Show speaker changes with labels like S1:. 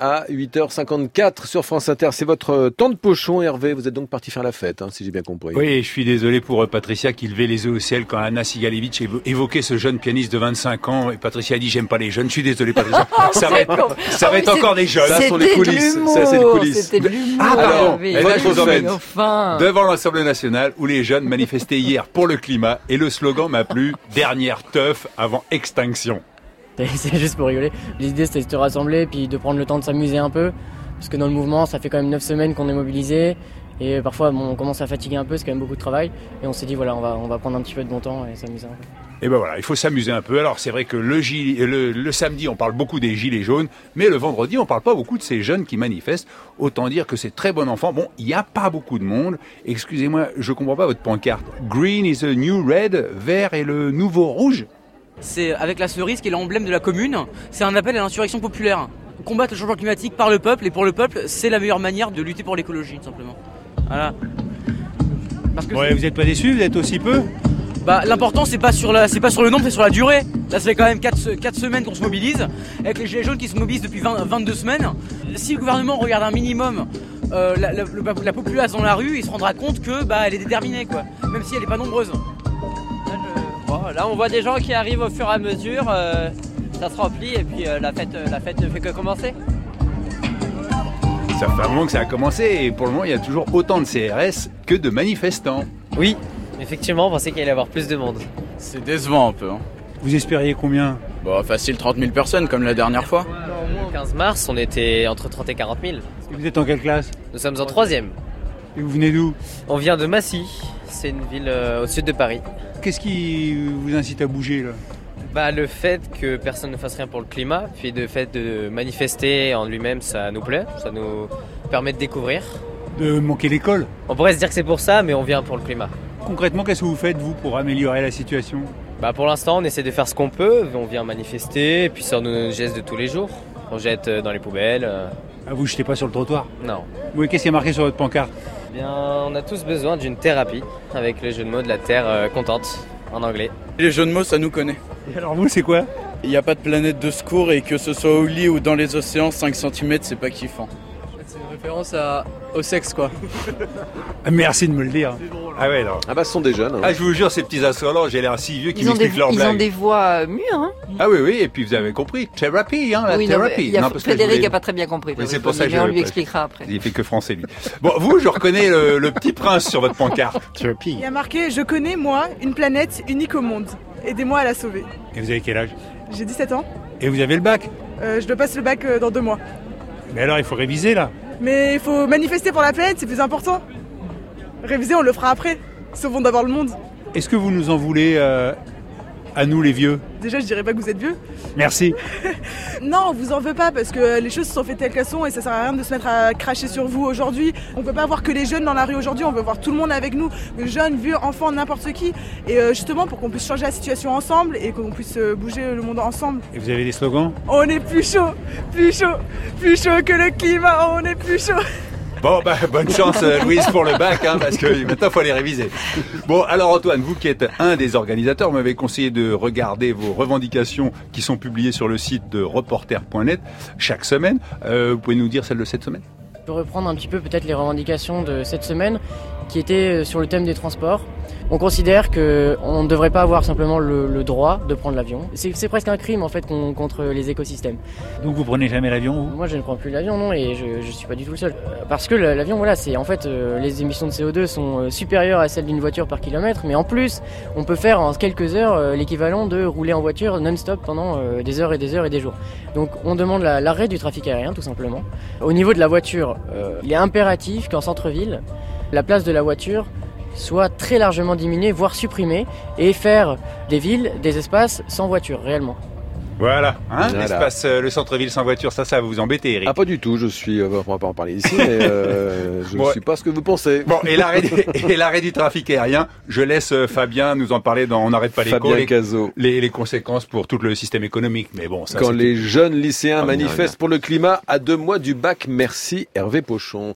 S1: à 8h54 sur France Inter. C'est votre euh, temps de pochon, Hervé. Vous êtes donc parti faire la fête, hein, si j'ai bien compris.
S2: Oui, je suis désolé pour euh, Patricia qui levait les yeux au ciel quand Anna Sigalevitch évoquait ce jeune pianiste de 25 ans. Et Patricia a dit J'aime pas les jeunes. Je suis désolé, Patricia.
S1: Ah,
S2: ça va être, ça va être encore des jeunes.
S1: Ça, ce sont les coulisses. Ça, c'est les coulisses.
S3: C'était de l'humour.
S2: Ah, pardon.
S3: Hervé.
S1: Eh ben,
S2: Et là, je vous emmène.
S3: Enfin.
S2: Devant l'Assemblée nationale, où les jeunes manifestaient hier pour le climat, et le slogan m'a plu Dernière teuf avant extinction.
S4: C'est juste pour rigoler. L'idée c'était de se rassembler puis de prendre le temps de s'amuser un peu. Parce que dans le mouvement, ça fait quand même 9 semaines qu'on est mobilisé. Et parfois, bon, on commence à fatiguer un peu, c'est quand même beaucoup de travail. Et on s'est dit, voilà, on va, on va prendre un petit peu de bon temps et s'amuser un peu.
S2: Et ben voilà, il faut s'amuser un peu. Alors c'est vrai que le, gilet- le, le samedi, on parle beaucoup des gilets jaunes, mais le vendredi, on parle pas beaucoup de ces jeunes qui manifestent. Autant dire que c'est très bon enfant. Bon, il n'y a pas beaucoup de monde. Excusez-moi, je comprends pas votre pancarte. Green is the new red, vert est le nouveau rouge.
S5: C'est avec la cerise qui est l'emblème de la commune. C'est un appel à l'insurrection populaire. Combattre le changement climatique par le peuple et pour le peuple, c'est la meilleure manière de lutter pour l'écologie, tout simplement. Voilà. Parce que
S6: Ouais, vous êtes pas déçu, vous êtes aussi peu
S5: bah, l'important c'est pas sur la, c'est pas sur le nombre, c'est sur la durée. Là, ça fait quand même 4, semaines qu'on se mobilise, avec les gilets jaunes qui se mobilisent depuis 20 22 semaines. Si le gouvernement regarde un minimum euh, la, la- le- la populace dans la rue, il se rendra compte que bah elle est déterminée quoi, même si elle est pas nombreuse.
S7: Bon, là, on voit des gens qui arrivent au fur et à mesure. euh, ça se remplit et puis euh, la, fête, euh, la fête ne fait que commencer.
S2: Ça fait un moment que ça a commencé et pour le moment, il y a toujours autant de CRS que de manifestants.
S7: Oui, effectivement, on pensait qu'il allait y avoir plus de monde.
S8: C'est décevant un peu. hein.
S6: Vous espériez combien
S8: Bon, facile 30 000 personnes comme la dernière fois.
S7: Le 15 mars, on était entre 30 et 40 000.
S6: Et Vous êtes en quelle classe
S7: Nous sommes en troisième.
S6: Et vous venez d'où
S7: On vient de Massy, c'est une ville euh, au sud de Paris.
S6: Qu'est-ce qui vous incite à bouger là
S7: Bah, le fait que personne ne fasse rien pour le climat, puis le fait de manifester en lui-même, ça nous plaît, ça nous permet de découvrir.
S6: De manquer l'école
S7: On pourrait se dire que c'est pour ça, mais on vient pour le climat.
S6: Concrètement, qu'est-ce que vous faites vous pour améliorer la situation
S7: Bah pour l'instant, on essaie de faire ce qu'on peut. On vient manifester, et puis sur nos gestes de tous les jours. On jette euh, dans les poubelles. euh,
S6: Ah, vous jetez pas sur le trottoir
S7: Non.
S6: Oui, qu'est-ce qui est marqué sur votre pancarte
S7: Eh Bien, on a tous besoin d'une thérapie avec le jeu de mots de la terre euh, contente en anglais.
S8: Les jeux de mots, ça nous connaît.
S6: Et alors vous, c'est quoi
S8: Il n'y a pas de planète de secours et que ce soit au lit ou dans les océans, 5 cm, c'est pas kiffant.
S5: C'est une référence au sexe quoi.
S6: Ah, Merci de me le dire.
S2: Ah ouais, non.
S1: Ah bah, ce sont des jeunes. hein.
S2: Ah, je vous jure, ces petits insolents, j'ai l'air si vieux qu'ils
S3: Ils ont, des,
S2: m'expliquent leurs
S3: ils ont
S2: blagues.
S3: des voix euh, mûres. Hein.
S2: Ah oui, oui, et puis vous avez compris, thérapie, hein, la
S3: Oui, non, mais
S2: thérapie.
S3: il y a-
S2: Non, parce que je
S3: Frédéric
S2: voulais-
S3: n'a pas très bien compris.
S2: Oui, c'est
S3: Frédéric,
S2: pour ça que
S3: mais
S2: je
S3: on
S2: le
S3: lui
S2: passe.
S3: expliquera après.
S2: Il fait que français, lui. Bon, vous, je reconnais le, le petit prince sur votre pancarte.
S9: Il y a marqué Je connais, moi, une planète unique au monde. Aidez-moi à la sauver.
S6: Et vous avez quel âge
S9: J'ai 17 ans.
S6: Et vous avez le bac
S9: Euh, je dois passer le bac euh, dans deux mois.
S6: Mais alors, il faut réviser là.
S9: Mais il faut manifester pour la planète, c'est plus important. Réviser, on le fera après. Sauvons d'abord le monde.
S6: Est-ce que vous nous en voulez euh, à nous les vieux
S9: Déjà, je dirais pas que vous êtes vieux.
S6: Merci.
S9: Non, on vous en veut pas parce que euh, les choses se sont faites telles qu'elles sont et ça sert à rien de se mettre à cracher sur vous aujourd'hui. On peut pas voir que les jeunes dans la rue aujourd'hui, on veut voir tout le monde avec nous, jeunes, vieux, enfants, n'importe qui. Et euh, justement, pour qu'on puisse changer la situation ensemble et qu'on puisse euh, bouger le monde ensemble.
S6: Et vous avez des slogans
S9: On est plus chaud, plus chaud, plus chaud que le climat, on est plus chaud.
S2: Bon, bah, bonne chance, euh, Louise, pour le bac, hein, parce que maintenant, il faut les réviser. Bon, alors, Antoine, vous qui êtes un des organisateurs, vous m'avez conseillé de regarder vos revendications qui sont publiées sur le site de reporter.net chaque semaine. Euh, vous pouvez nous dire celle de cette semaine
S4: Je peux reprendre un petit peu peut-être les revendications de cette semaine qui étaient euh, sur le thème des transports. On considère que on ne devrait pas avoir simplement le, le droit de prendre l'avion. C'est c'est presque un crime en fait qu'on- contre les écosystèmes.
S6: Donc vous prenez jamais l'avion vous
S4: Moi je ne prends plus l'avion non et je, je suis pas du tout le seul. Euh, Parce que le- l'avion voilà c'est en fait euh, les émissions de CO2 sont euh, supérieures à celles d'une voiture par kilomètre mais en plus on peut faire en quelques heures euh, l'équivalent de rouler en voiture non-stop pendant euh, des heures et des heures et des jours. Donc on demande la- l'arrêt du trafic aérien tout simplement. Au niveau de la voiture, euh, il est impératif qu'en centre-ville, la place de la voiture soit très largement diminuée, voire supprimée, et faire des villes, des espaces sans voiture réellement.
S2: Voilà, hein,
S1: Voilà.
S2: l'espace, euh, le centre-ville sans voiture, ça, ça va vous embêter, Eric.
S1: Ah, pas du tout. Je suis. euh, on va pas en parler ici, mais euh, je ne
S2: Ouais.
S1: suis pas ce que vous pensez.
S2: Bon, et l'arrêt du, et l'arrêt du trafic aérien, je laisse euh, Fabien nous en parler dans On n'arrête pas l'écho,
S1: Fabien
S2: les,
S1: Cazot.
S2: les, les conséquences pour tout le système économique. Mais bon, ça,
S1: Quand
S2: c'est-
S1: les jeunes lycéens
S2: Ah, mais
S1: manifestent pour le climat à deux mois du bac, merci Hervé Pochon.